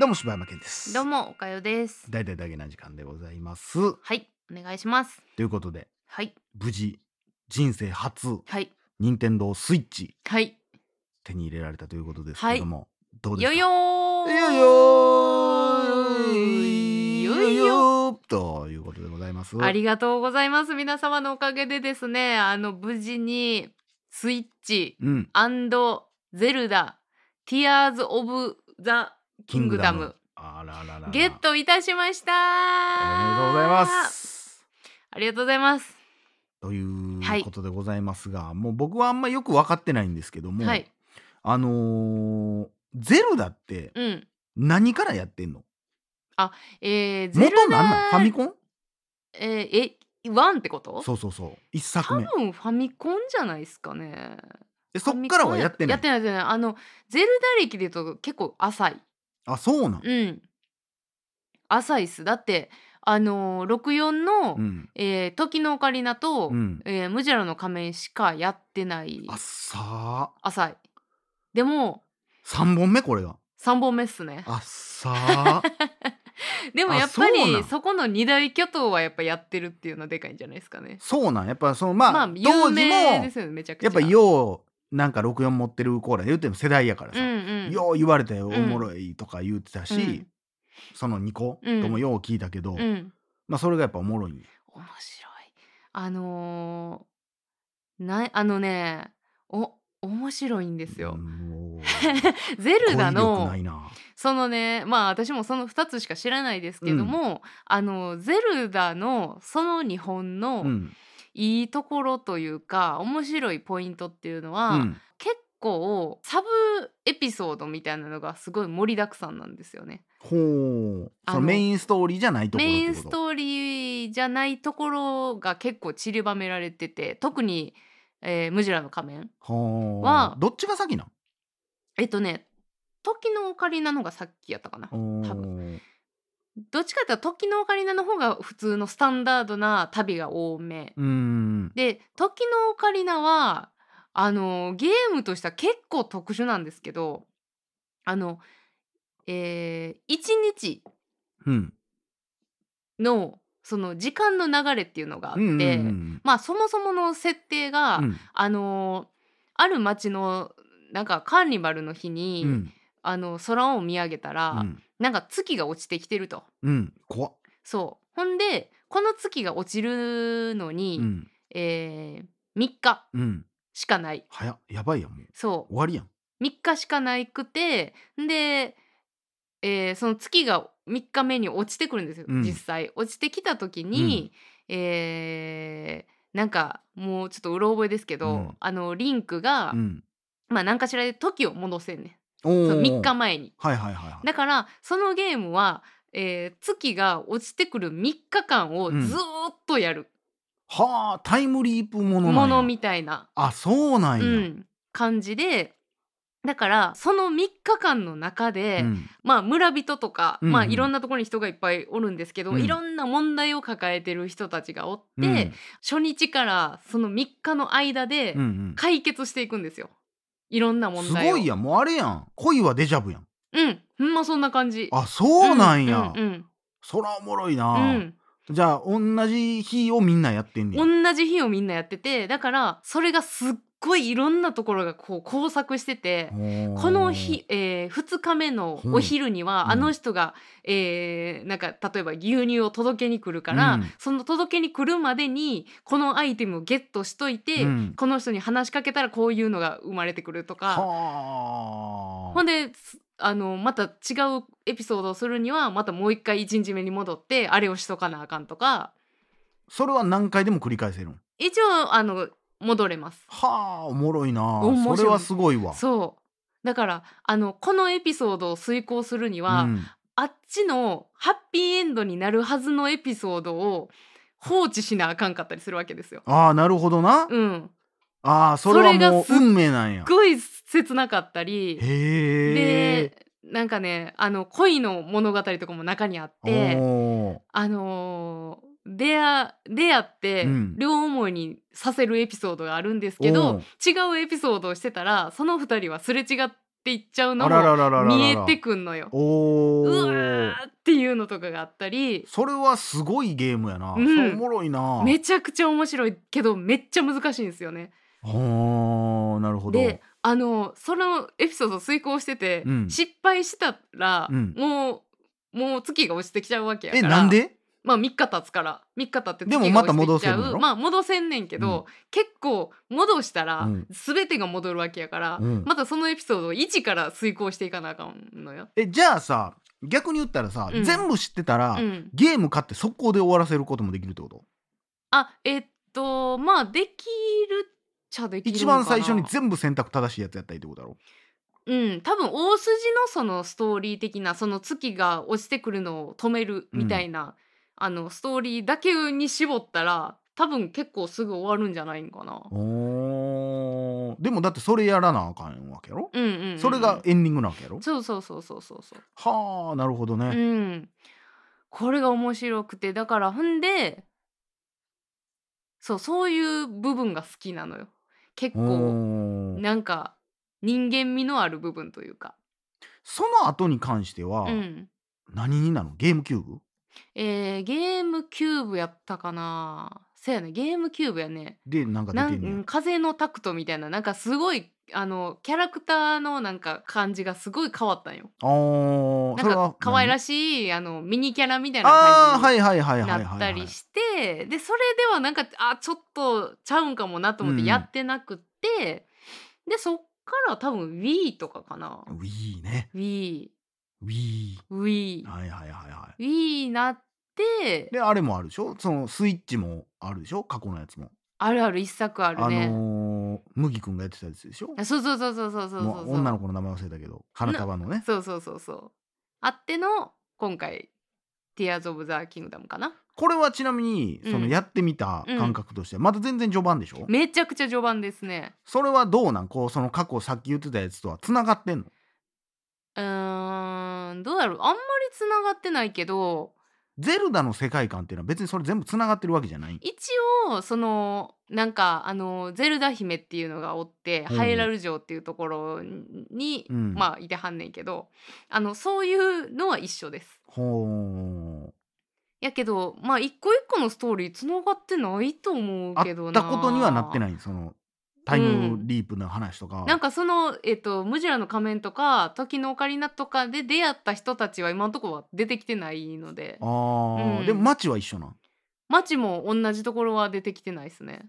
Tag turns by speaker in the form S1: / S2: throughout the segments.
S1: どうも柴山健です。
S2: どうもおかよです
S1: 大体だけな時間でございます。
S2: はいお願いします
S1: ということで
S2: はい
S1: 無事人生初
S2: はい
S1: 任天堂スイッチ
S2: はい
S1: 手に入れられたということですけれども、どうです
S2: よ
S1: か
S2: よー
S1: よよー
S2: よい
S1: よ
S2: よ
S1: よーということでございます。
S2: ありがとうございます皆様のおかげでですねあの無事にスイッチ
S1: うん
S2: ゼルダティアーズ・オブ・ザ・キングダム。
S1: あらららら
S2: ゲットいたしました
S1: おめでとうございます。
S2: ありがとうございます
S1: ということでございますが、もう僕はあんまよく分かってないんですけども、
S2: はい
S1: あのーゼルダって
S2: うん
S1: 何からやってんの
S2: えー、ゼル
S1: 元
S2: ダ
S1: なんなんファミコン
S2: えー、えワンってこと
S1: そうそうそう一作
S2: 多
S1: 目
S2: 分ファミコンじゃないですかね
S1: えそっからはやってな
S2: やっ
S1: い
S2: てないやってないあのゼルダ歴で言うと結構浅い
S1: あそうなん
S2: うん浅いっすだってあのー64の、
S1: うん
S2: えー時のオカリナと、
S1: うん
S2: えームジェラの仮面しかやってない
S1: あさあ
S2: 浅いでも
S1: 3本目これが
S2: 3本目っすね
S1: あさあ
S2: でも
S1: あ
S2: やっぱ
S1: そうな
S2: り
S1: ん
S2: そこの二大巨頭はやっぱやってるっていうのはでかいんじゃないですかね
S1: そうなんやっぱそのまあ、
S2: まあ
S1: 当
S2: 有
S1: 時も
S2: 名ですよねめちゃくちゃ
S1: やっぱようなんか64持ってるコーラ言うても世代やから
S2: う
S1: さ、
S2: んうん
S1: よう言われたよ、
S2: ん
S1: おもろいとか言ってたし、
S2: うん
S1: その2個
S2: うん
S1: ともよう聞いたけど、
S2: うん
S1: まあそれがやっぱおもろいんや
S2: 面白いあのー、ないあのねお面白いんですよ、
S1: もう
S2: ゼル
S1: 語
S2: ダ
S1: 彙力
S2: の
S1: ないな
S2: そのねまあ私もその2つしか知らないですけども、あのゼルダのその日本
S1: う
S2: の
S1: ん
S2: いいところというか、面白いポイントっていうのは、
S1: うん
S2: 結構サブエピソードみたいなのがすごい盛りだくさんなんですよね。
S1: ほう
S2: あ
S1: その
S2: の
S1: メインストーリーじゃないところ
S2: メイ
S1: っ
S2: ン
S1: て
S2: ス
S1: こと
S2: トーリーじゃないところが結構散りばめられてて特に、えームジュラの仮面
S1: ほう
S2: は
S1: どっちが先なん
S2: えっとね時のオカリナのがさっきやったかな多
S1: 分
S2: どっちかっていうと時のオカリナの方が普通のスタンダードな旅が多め
S1: うーん
S2: で時のオカリナはあのゲームとしては結構特殊なんですけどあのえ1日
S1: うん
S2: のその時間の流れっていうのがあっ
S1: う
S2: て、
S1: んうん
S2: まあそもそもの設定が、
S1: うん
S2: あのある町のなんかカーニバルの日に、
S1: うん
S2: あの空を見上げたら、
S1: うん
S2: なんか月が落ちてきてると
S1: うん怖っ
S2: そうほんでこの月が落ちるのに、
S1: うん
S2: えー3日
S1: うん
S2: しかない
S1: 早っやばいやんもう
S2: そ
S1: 終わりやん
S2: う3日しかないくてで、えーその月が3日目に落ちてくるんですよ、
S1: うん
S2: 実際落ちてきた時に、えーなんかもうちょっとうろ覚えですけど、
S1: うん
S2: あのリンクが、
S1: うん
S2: まあ何かしらで時を戻せんね
S1: お
S2: ん
S1: ー
S2: その3日前に
S1: はいはいはいはい
S2: だからそのゲームは、えー月が落ちてくる3日間をずーっとやる
S1: はあタイムリープもの
S2: もの
S1: なんや
S2: みたいな、
S1: あそうな
S2: うん
S1: やうん
S2: ん、感じでだからその3日間の中で、まあ村人とか、
S1: うんうん
S2: まあ、いろんなところに人がいっぱいおるんですけど、
S1: うん
S2: いろんな問題を抱えてる人たちがおって、
S1: うんうん
S2: 初日からその3日の間で
S1: うん
S2: 解決していくんですよ。いろんな問
S1: す
S2: 題を
S1: ごいやんもうあれやん恋はデジャブやん
S2: うん、ほんまそんな感じ。
S1: あそうなんや
S2: うんうん
S1: そらおもろい
S2: うん
S1: なじゃあ同じ日をみんなやってんね
S2: うんん同じ日をみんなやっててだからそれがすっごいいろんなところがこう交錯してて。
S1: ほう
S2: この日、え2日目のお昼には、
S1: うん
S2: あの人が、えーなんか例えば牛乳を届けに来るから、
S1: うん
S2: その届けに来るまでにこのアイテムをゲットしといて、
S1: うん
S2: この人に話しかけたらこういうのが生まれてくるとか、
S1: はあ
S2: ほんですあのまた違うエピソードをするにはまたもう一回1日目に戻ってあれをしとかなあかんとか
S1: それは何回でも繰り返せるん
S2: 一応あの戻れます。
S1: はあおもろいな
S2: 面白
S1: そ
S2: い
S1: れはすごいわ
S2: そうだからあのこのエピソードを遂行するには、
S1: うん
S2: あっちのハッピーエンドになるはずのエピソードを放置しなあかんかったりするわけですよ。
S1: ああなるほどな、
S2: うん、
S1: ああそれは
S2: それ
S1: も
S2: が
S1: う
S2: すっ
S1: 運命なんや
S2: すごい切なかったり
S1: へえ
S2: でなんかねあの恋の物語とかも中にあって
S1: おー
S2: あのー出会出会って
S1: うん
S2: 両思いにさせるエピソードがあるんですけど、
S1: お
S2: 違うエピソードをしてたらその2人はすれ違っっていっちゃうの
S1: あら
S2: も
S1: ららららら
S2: 見えてくんのよ。
S1: お
S2: うわ
S1: お
S2: ーっていうのとかがあったり
S1: それはすごいゲームやな、
S2: うん
S1: それおもろいな
S2: めちゃくちゃ面白いけどめっちゃ難しいんですよね。
S1: はあなるほど
S2: であのそのエピソードを遂行してて、
S1: うん
S2: 失敗したら、
S1: うん
S2: もうもう月が落ちてきちゃうわけやか
S1: え
S2: ら
S1: なんで
S2: まあ3日経つから3日経って
S1: でも
S2: 月が
S1: また
S2: 落ちてき
S1: 戻せ
S2: ちゃ
S1: るんや
S2: う
S1: ろ
S2: まあ戻せんねんけど、結構戻したら、
S1: うん
S2: 全てが戻るわけやから、
S1: うん
S2: またそのエピソードを1から遂行していかなあかんのよ。
S1: えじゃあさ逆に言ったらさ、
S2: うん
S1: 全部知ってたら、
S2: うん、
S1: ゲーム買って速攻で終わらせることもできるってこと
S2: あえっとまあできるっちゃできる
S1: 一
S2: のかな
S1: 番最初に全部選択正しいやつやったりってことだろ
S2: うん、多分大筋のそのストーリー的なその月が落ちてくるのを止めるみたいな、あのストーリーだけに絞ったら多分結構すぐ終わるんじゃないんかな。
S1: おーでもだってそれやらなあかんわけやろ、
S2: うんうんうんうん
S1: それがエンディングなわけやろ
S2: そうそうそうそうそうそう。
S1: はあなるほどね、
S2: うん、これが面白くてだからほんでそうそういう部分が好きなのよ。結構
S1: おー
S2: なんか人間味のある部分というか。
S1: その後に関しては、
S2: うん
S1: 何になるのゲームキューブ
S2: えーゲームキューブやったかなせやねゲームキューブやね
S1: でなんか
S2: な
S1: 出て
S2: ん
S1: んねや
S2: うん風のタクトみたいななんかすごいあのキャラクターのなんか感じがすごい変わったんよ
S1: あー
S2: な
S1: そ
S2: ん
S1: れは
S2: か可愛
S1: しい
S2: らしいあのミニキャラみたいな
S1: あ
S2: 感
S1: ーは
S2: じに
S1: いはいはいはいはい
S2: な
S1: は
S2: っ
S1: い
S2: たりして、でそれではなんかあちょっとちゃうんかもなと思っ
S1: うんう
S2: て
S1: ん
S2: やってなくって、でそっから多分 Wii とかかな
S1: Wii ね
S2: WiiWii
S1: Wii
S2: Wii
S1: はいはいはいは
S2: Wii なって
S1: いであれもあるでしょそのスイッチもあるでしょ過去のやつも
S2: あるある一作ある
S1: あ
S2: ね。
S1: のー、麦君がやってたやつでしょ
S2: あそうそうそうそうそうそうそう
S1: もう女の子の名前忘れたけど花束のね
S2: そうそうそうそうあっての今回「Tears of the Kingdom」かな
S1: これはちなみに
S2: うん
S1: そのやってみた感覚として、まだ全然序盤でしょ
S2: めちゃくちゃ序盤ですね
S1: それはどうなんこうその過去さっき言ってたやつとはつながってんの
S2: うーんどうだろうあんまりつながってないけど
S1: ゼルダの世界観っていうのは別にそれ全部つながってるわけじゃない
S2: 一応そのなんかあのゼルダ姫っていうのがおって、
S1: うん
S2: ハイラル城っていうところに、
S1: うん
S2: まあいてはんねんけどあのそういうのは一緒です
S1: ほ
S2: やけどまあ一個一個のストーリーつながってないと思
S1: う
S2: う
S1: あっ
S2: けどな
S1: たことにはなってないそのタイムリープの話とか、
S2: なんかその、えっとムジュラの仮面とか時のオカリナとかで出会った人たちは今のところは出てきてないので
S1: あー、
S2: うん
S1: でも街は一緒なん
S2: 街も同じところは出てきてないですね、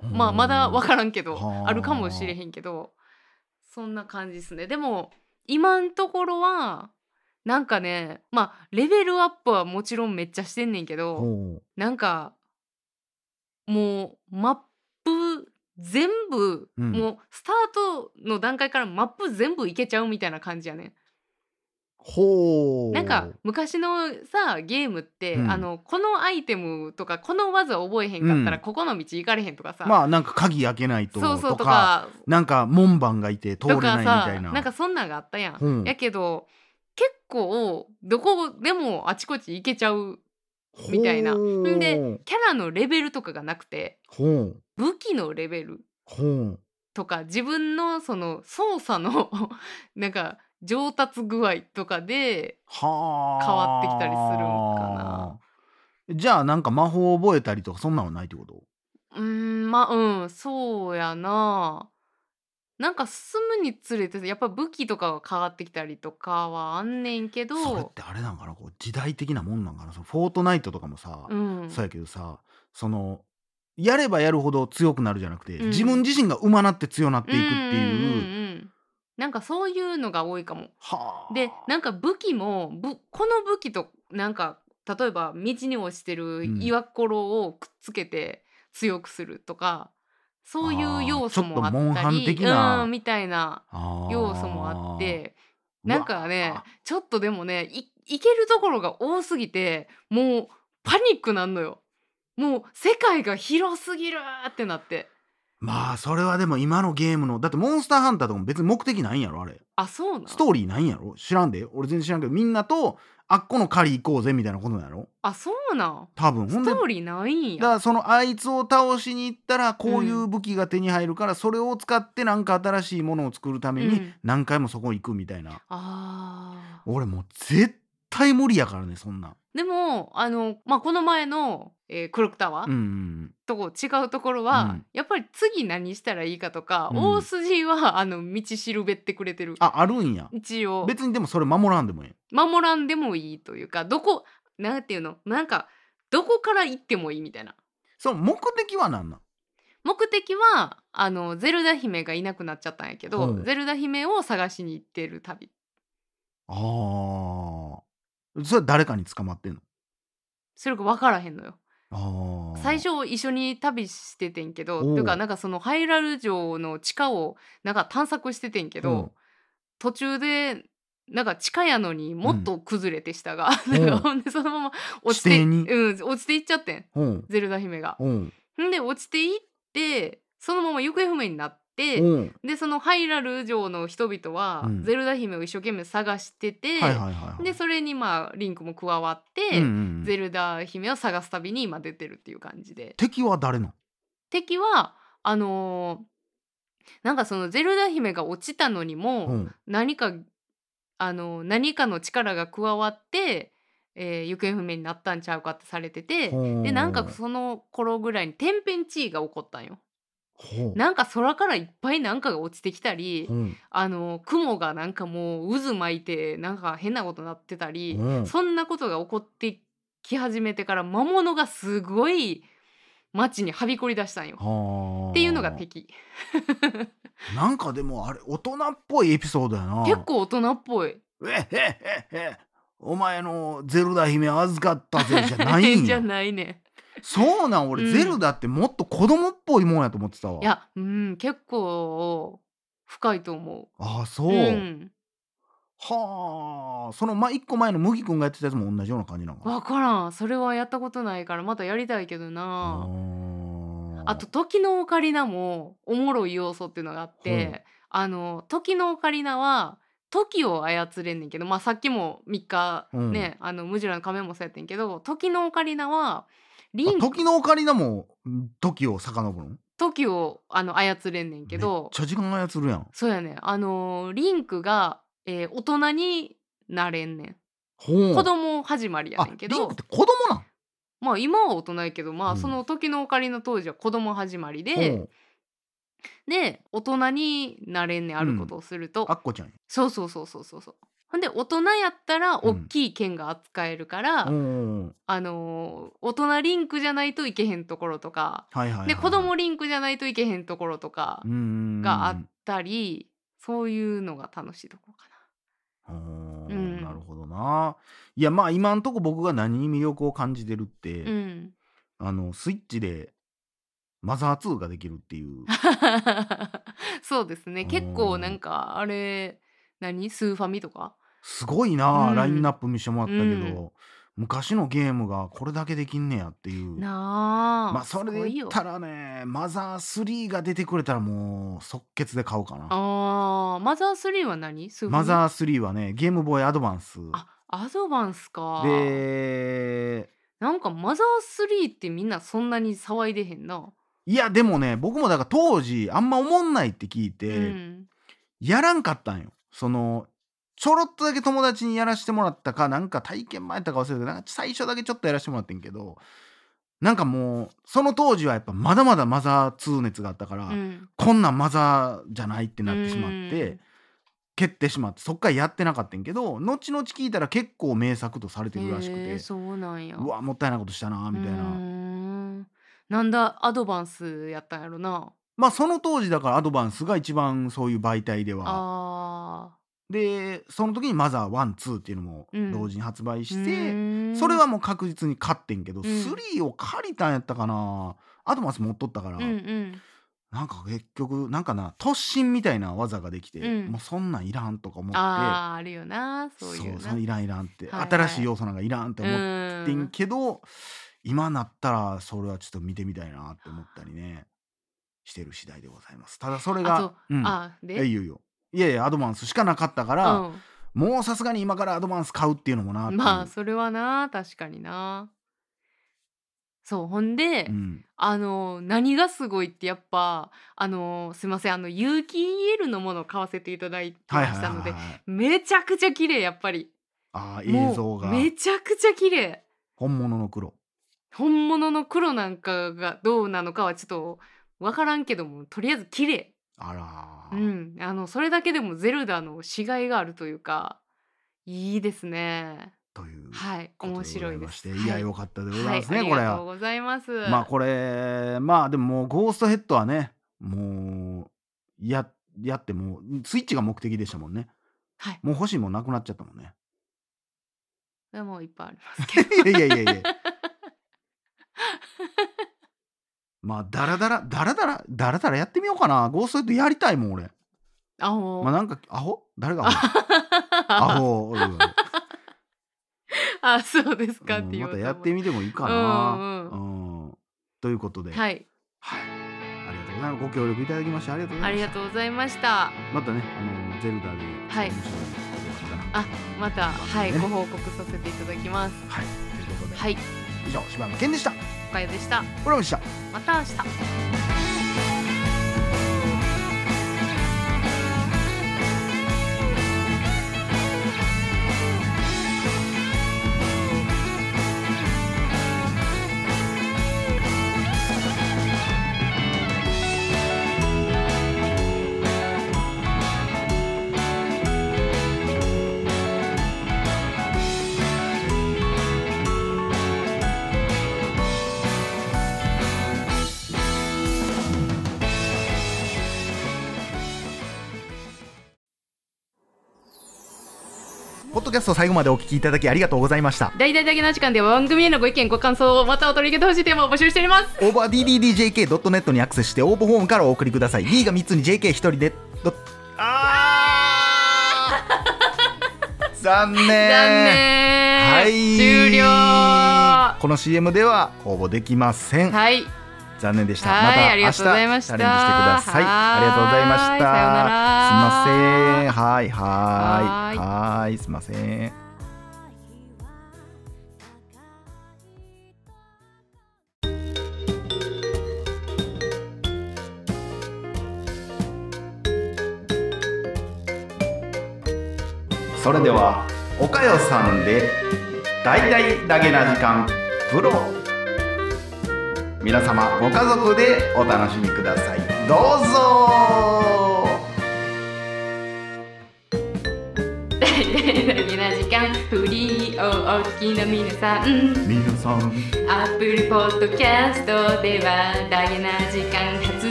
S2: まあまだ分
S1: る
S2: からんけど
S1: はあ
S2: あるかもしれへんけどそんな感じですねでも今のところはなんかねまあレベルアップはもちろんめっちゃしてんねんけど
S1: ほ
S2: なんかもうマップ全部、
S1: うん
S2: もうスタートの段階からマップ全部いけちゃうみたいな感じやねん
S1: うほう
S2: なんか昔のさゲームって、
S1: うん
S2: あのこのアイテムとかこの技覚えへんかったら、
S1: うん
S2: ここの道行かれへんとかさ、
S1: まあなんか鍵開けないと
S2: そうそう
S1: と
S2: と
S1: か
S2: か
S1: なんか門番がいて通れ
S2: と
S1: ない
S2: か
S1: みた
S2: さ
S1: いな
S2: なんかそんなんがあったやん。
S1: うん
S2: やけど結構どこでもあちこち行けちゃうみたいな
S1: ほうん
S2: でキャラのレベルとかがなくて
S1: ほう
S2: 武器のレベル
S1: ほう
S2: とか自分のその操作の なんか上達具合とかで
S1: はあ
S2: 変わってきたりするんかな
S1: じゃあなんか魔法を覚えたりとかそんなのはないってこと
S2: うーんまあうんそうやななんか進むにつれてやっぱ武器とかが変わってきたりとかはあんねんけど
S1: それってあれなんかなこう時代的なもんなんかなそのフォートナイトとかもさ、
S2: うん
S1: そうやけどさそのやればやるほど強くなるじゃなくて、
S2: うん
S1: 自分自身が馬なって強なっていくっていう、
S2: んんんうんなんかそういうのが多いかも
S1: はあ
S2: でなんか武器もぶこの武器となんか例えば道に落ちてる
S1: うん
S2: 岩ころをくっつけて強くするとか、そういう要素もあ
S1: あーちょっとモン
S2: った
S1: ハン
S2: り
S1: 的な
S2: うんみたいな
S1: あー
S2: 要素もあってなんか
S1: う
S2: ね
S1: わ
S2: ちょっとでもねいいけるところが多すぎてもうパニックなんのよもう世界が広すぎるってなって
S1: まあそれはでも今のゲームのだってモンスターハンターとかも別に目的ないんやろあれ
S2: あそうなの
S1: ストーリーないんやろ知らんで俺全然知らんけどみんなとあっこの狩り行こうぜみたいなことなの
S2: あそうなん
S1: 多分ほ
S2: ス
S1: んでだ
S2: トー
S1: か
S2: リーないんや
S1: らそのあいつを倒しに行ったらこういう武器が手に入るから、それを使ってなんか新しいものを作るため
S2: う
S1: に
S2: ん
S1: 何回もそこ行くみたいな、
S2: あー
S1: 俺もう絶対無理やからねそんなん
S2: でもあの、まあ、この前の、えー、クロクタワー、
S1: うんうん
S2: とこ違うところは、
S1: うん
S2: やっぱり次何したらいいかとか、
S1: うん
S2: 大筋はあの道しるべってくれてる
S1: ああるんや
S2: 一応
S1: 別にでもそれ守らんでもえ
S2: 守らんでもいいというかどこなんていうのなんかどこから行ってもいいみたいな
S1: えその目的は何なん
S2: 目的はあのゼルダ姫がいなくなっちゃったんやけど、
S1: うん
S2: ゼルダ姫を探しに行ってる旅
S1: あーそれ誰かに捕まってんの
S2: それが分からへんのよ
S1: あー
S2: 最初一緒に旅しててんけど
S1: おう
S2: ていうかなんかそのハイラル城の地下をなんか探索しててんけど、
S1: うん
S2: 途中でなんか地下やのにもっと崩れて下が、
S1: うん
S2: なんか
S1: うん
S2: ほんでそのまま落ちて
S1: 地底に
S2: うん、落ちていっちゃってん
S1: うん
S2: ゼルダ姫が。
S1: うん
S2: んで落ちていってそのまま行方不明になって、
S1: うん
S2: でそのハイラル城の人々は、
S1: うん
S2: ゼルダ姫を一生懸命探してて、
S1: はいはいはいはい
S2: でそれにまあリンクも加わって、
S1: うんうんうん
S2: ゼルダ姫を探す旅に今出てるっていう感じで
S1: 敵は誰なん
S2: 敵はあのーなんかそのゼルダ姫が落ちたのにも、
S1: うん
S2: 何かあの何かの力が加わって、えー行方不明になったんちゃうかってされてて、
S1: ほう
S2: でなんかその頃ぐらいに天変地異が起こったんよ。
S1: ほう
S2: なんか空からいっぱいなんかが落ちてきたり、
S1: うん
S2: あの雲がなんかもう渦巻いてなんか変なことなってたり、
S1: うん
S2: そんなことが起こってき始めてから魔物がすごい街にはびこり出したんよ。
S1: はあ
S2: っていうのが敵
S1: なんかでもあれ大人っぽいエピソードやな
S2: 結構大人っぽい
S1: えっへっへっへお前のゼルダ姫預かったぜじゃないん
S2: じ
S1: や
S2: ゃないねん
S1: そうなん俺、
S2: うん
S1: ゼルダってもっと子供っぽいもんやと思ってたわ
S2: いや、うん、結構深いと思
S1: ああ
S2: う。
S1: そう、
S2: うん、
S1: はあそのま一個前の麦君がやってたやつも同じような感じなのかな
S2: 分からん、それはやったことないから、またやりたいけど
S1: あ
S2: な。
S1: ー
S2: あと、時のオカリナもおもろい要素っていうのがあって、あの時のオカリナは。時を操れんねんけど、まあ、さっきも3日ね、あのムジュラの仮面もそうやってんけど時のオカリナはリ
S1: あ
S2: ン
S1: 時のオカリナもん時を遡るの
S2: 時をあの操れんねんけ
S1: めっ
S2: ど
S1: ちゃ時間操るやん
S2: そうやねあのリンクが、えー大人になれんねん
S1: ほう
S2: 子供始まりや
S1: あ
S2: ねん
S1: リ
S2: け
S1: ンク
S2: ど
S1: って子供なん
S2: まあ今は大人やけど
S1: う
S2: まあ
S1: ん
S2: その時のオカリナ当時は子供始まりで、
S1: ほう
S2: で大人になれんねんあることをすると、
S1: あっこちゃんや
S2: そうそうそうそうそうそうほんで大人やったら大きい剣が扱えるから、
S1: うんうんうん
S2: あのー大人リンクじゃないといけへんところとか、
S1: はいはいはい
S2: で子供リンクじゃないといけへんところとかがあったり、そういうのが楽しいところかな。
S1: うーん
S2: うん
S1: なるほどないやまあ今んとこ僕が何に魅力を感じてるって、
S2: うん、
S1: あのスイッチでマザー2ができるって いう
S2: そうですね結構なんかあれ何スーファミとか
S1: すごいな、
S2: うん
S1: ラインナップ見せてもらったけど、
S2: う
S1: 昔のゲームがこれだけできんねやっていう
S2: なあ、
S1: まあそれで言った
S2: ら
S1: らねマザー3が出てくれたらもう即決で買うかな
S2: あーマザー3は何スーファミ
S1: マザー3はねゲームボーイアドバンス
S2: あアドバンスか
S1: で
S2: なんかマザー3ってみんなそんなに騒いでへんな、
S1: いやでもね僕もだから当時あんま思んないって聞いて、
S2: うん
S1: やらんかったんよそのちょろっとだけ友達にやらしてもらったかなんか体験前とか忘れてなんか最初だけちょっとやらしてもらってんけどなんかもうその当時はやっぱまだまだマザー2熱があったから、
S2: うん
S1: こんなんマザーじゃないってなってしまって、蹴ってしまってそっからやってなかったんけど後々聞いたら結構名作とされて
S2: うん
S1: るらしく
S2: へ
S1: て
S2: ー、そうなんや
S1: うわもったいないことしたなみたいな、
S2: ななんだアドバンスやったんやろな
S1: まあその当時だからアドバンスが一番そういう媒体では
S2: あ
S1: でその時にマザー12っていうのも同時に発売
S2: ー
S1: して。
S2: うーん
S1: それはもう確実に勝ってんけど、
S2: ん
S1: 3を借りたんやったかなアドバンス持っとったから、
S2: うんうん
S1: なんか結局なんかな突進みたいな技ができて、
S2: うん
S1: もうそんなんいらんとか思って
S2: あーあるよなそういうな
S1: そういらんいらんって、
S2: はいはい
S1: 新しい要素なんかいらんって思
S2: 思
S1: ってんけど、今なったらそれはちょっと見てみたいなって思ったりねしてる次第でございますただそれ
S2: あ
S1: が
S2: と
S1: うん
S2: あ
S1: いや
S2: で
S1: いいよいいよいやいやアドバンスしかなかったから、
S2: うん
S1: もうさすがに今からアドバンス買うっていうのもなっていう
S2: まあそれはな確かになそうほんで、
S1: うん
S2: あの何がすごいってやっぱあのすいませんあの有機 EL のものを買わせていただいて
S1: はい
S2: ま
S1: はい
S2: し
S1: はい
S2: たので、
S1: はいはい
S2: めちゃくちゃ綺麗やっぱり
S1: あー
S2: もう
S1: 映像が
S2: めちゃくちゃ綺麗
S1: 本物の黒
S2: 本物の黒なんかがどうなのかはちょっと分からんけどもとりあえず綺麗
S1: あ
S2: う
S1: らー、
S2: んあのそれだけでもゼルダのしがいがあるというかいいですね
S1: という
S2: はい
S1: こと
S2: 面白
S1: ござ
S2: いで
S1: ますしていや
S2: はい
S1: 良かったでございますね、
S2: はい、
S1: これ
S2: ありがとう
S1: は
S2: ございます
S1: まあこれまあでももうゴーストヘッドはねもうややってもうスイッチが目的でしたもんね
S2: はい
S1: もう欲しいもんなくなっちゃったもん ね
S2: でもいっぱいありますけ ど
S1: いやいやいやいやまあダラダラダラダラダラダラやってみようかなゴーストヘッドやりたいもん俺
S2: あもう
S1: まあなんかアホ誰がアホ ア ホおいおい
S2: あそうですかっ
S1: うん
S2: ていう
S1: またやってみてもいいか
S2: う
S1: な。
S2: んうん
S1: うんということで、はい
S2: はい
S1: ありがとうございます。ご協力いただきましてありがとうござ
S2: あ
S1: い
S2: り
S1: まし
S2: が
S1: た。
S2: とうございました
S1: またね、あのゼルダで
S2: はい
S1: 面白いことがあっ
S2: あまたはい
S1: ね
S2: ご報告させていただきま
S1: た
S2: す
S1: らはい、ということで、
S2: はい
S1: 以上柴山健でした。
S2: おかゆでした
S1: コラボでした。
S2: また明日
S1: ポッドキャスト最後までお聞きいただきありがとうございました。
S2: 大々だけの時間では番組へのご意見ご感想をまたお取り上げてほしいテーマを募集しております
S1: オーバー DDDJK.net にアクセスして応募フォームからお送りください。D が3つに JK1 人で。どあー残念。
S2: 残念
S1: はい
S2: 終了は
S1: この CM では応募できません、
S2: いはい
S1: 残念でしたまた
S2: あり
S1: 明
S2: が
S1: 日チ
S2: とう
S1: ャ
S2: ござ
S1: レ
S2: い
S1: ン
S2: ま
S1: ジ
S2: し
S1: して
S2: た
S1: くださいありがとうございましたすいませ
S2: はーいさようなら
S1: んはいはい
S2: は
S1: はいはいすいませんそれではおかよさんで大々だけな時間プロ皆様ご家族でお楽しみくださいどうぞ
S2: 大々な時間フリーをお聞きの皆さん
S1: 皆さん
S2: アップルポッドキャストではダゲな時間発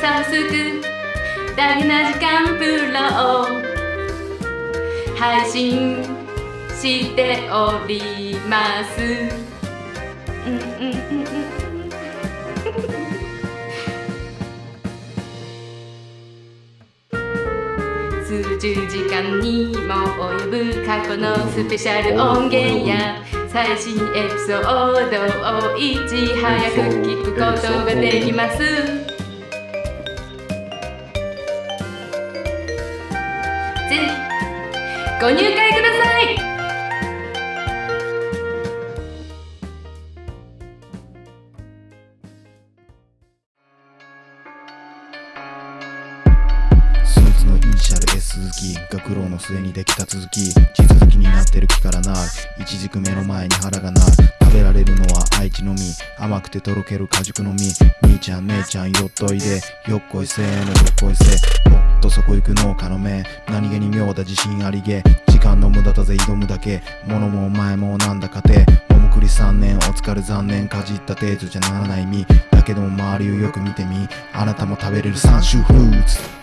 S2: 早速ダゲな時間プロを配信しておりますうんうんうんうん数十時間にも及ぶ過去のスペシャル音源や最新エピソードをいち早く聞くことができますぜひご入会ください
S3: スーツのイニシャル S 鈴木学労の末にできた続き地続きになってる木からなる一軸目の前に腹がなる食べられるのは愛知のみ甘くてとろける果熟の実兄ちゃん姉ちゃんよっといでよっこいせーのよっこいせもっとそこ行く農家の目何気に妙だ自信ありげ時間の無駄だぜ挑むだけ物もお前もなんだかて桃栗3年お疲れ残念かじった程度じゃならない身だけども周りをよく見てみあなたも食べれる三種フルーツ